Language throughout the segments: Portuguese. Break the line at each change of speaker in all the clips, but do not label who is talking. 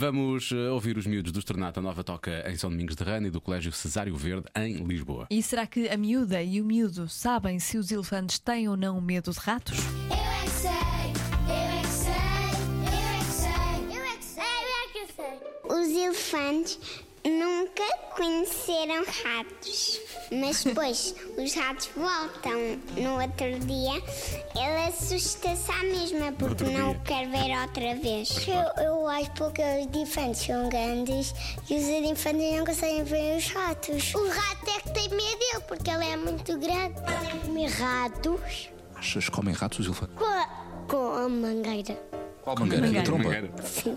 Vamos eh, ouvir os miúdos do Estrenato, a nova toca em São Domingos de Rana e do Colégio Cesário Verde, em Lisboa.
E será que a miúda e o miúdo sabem se os elefantes têm ou não medo de ratos?
Eu é que sei, eu é que sei, eu é que sei, eu é que sei, eu é que sei, eu é que sei. Os elefantes nunca conheceram ratos, mas depois os ratos voltam no outro dia. Ele assusta-se à mesma porque
outro
não
dia.
o quer ver outra vez. Eu, acho porque os elefantes são grandes e os elefantes não conseguem ver os ratos. O rato é que tem medo dele porque ele é muito grande. Podem comer ratos.
Achas que comem ratos os elefantes?
Com a, com a mangueira.
Qual mangueira?
mangueira.
A tromba?
Sim.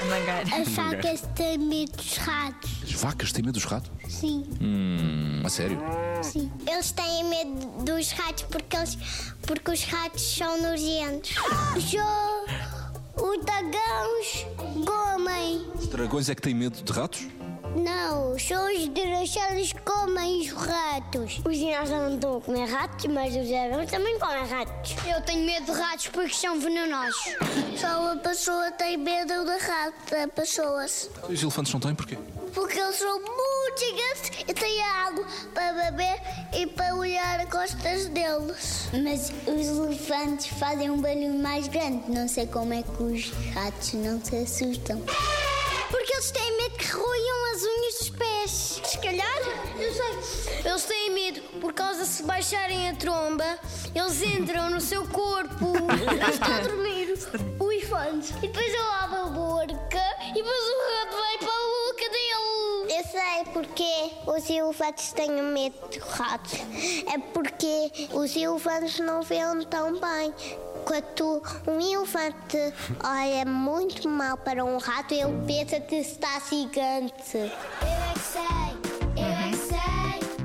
A mangueira.
As facas têm medo dos ratos.
As vacas têm medo dos ratos?
Sim,
Hum, a sério?
sim. Eles têm medo dos ratos porque, eles, porque os ratos são nojentos. os dragões comem.
Os dragões é que têm medo de ratos?
Não, só os dinossauros comem os ratos. Os dinossauros não estão a comer ratos, mas os dragões também comem ratos. Eu tenho medo de ratos porque são venenosos. Só a pessoa tem medo de ratos, da pessoas.
Os elefantes não têm porquê?
Porque eles são muito gigantes e têm água para beber e para olhar as costas deles. Mas os elefantes fazem um barulho mais grande. Não sei como é que os ratos não se assustam. Porque eles têm medo que roiam as unhas dos pés. Se calhar, eu sei. Eles têm medo por causa se baixarem a tromba, eles entram no seu corpo. Eles estão a dormir. O elefante. E depois eu abro a boca e depois o rato vai para a boca dele. Eu sei porque os elefantes têm medo de ratos. É porque os elefantes não veem tão bem. Quando um elefante olha muito mal para um rato, ele pensa que está gigante. Eu é que sei, eu é que sei,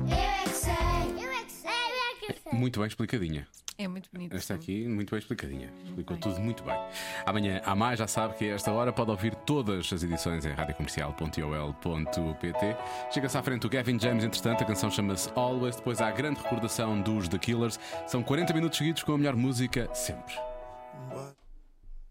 eu é que sei, eu é que sei, eu é que sei.
Muito bem explicadinha.
É muito bonito.
Esta aqui, muito bem explicadinha. Explicou tudo muito bem. Amanhã, a mais, já sabe que a esta hora pode ouvir todas as edições em radiocomercial.ol.pt. Chega-se à frente o Gavin James, entretanto, a canção chama-se Always. Depois há a grande recordação dos The Killers. São 40 minutos seguidos com a melhor música sempre.
What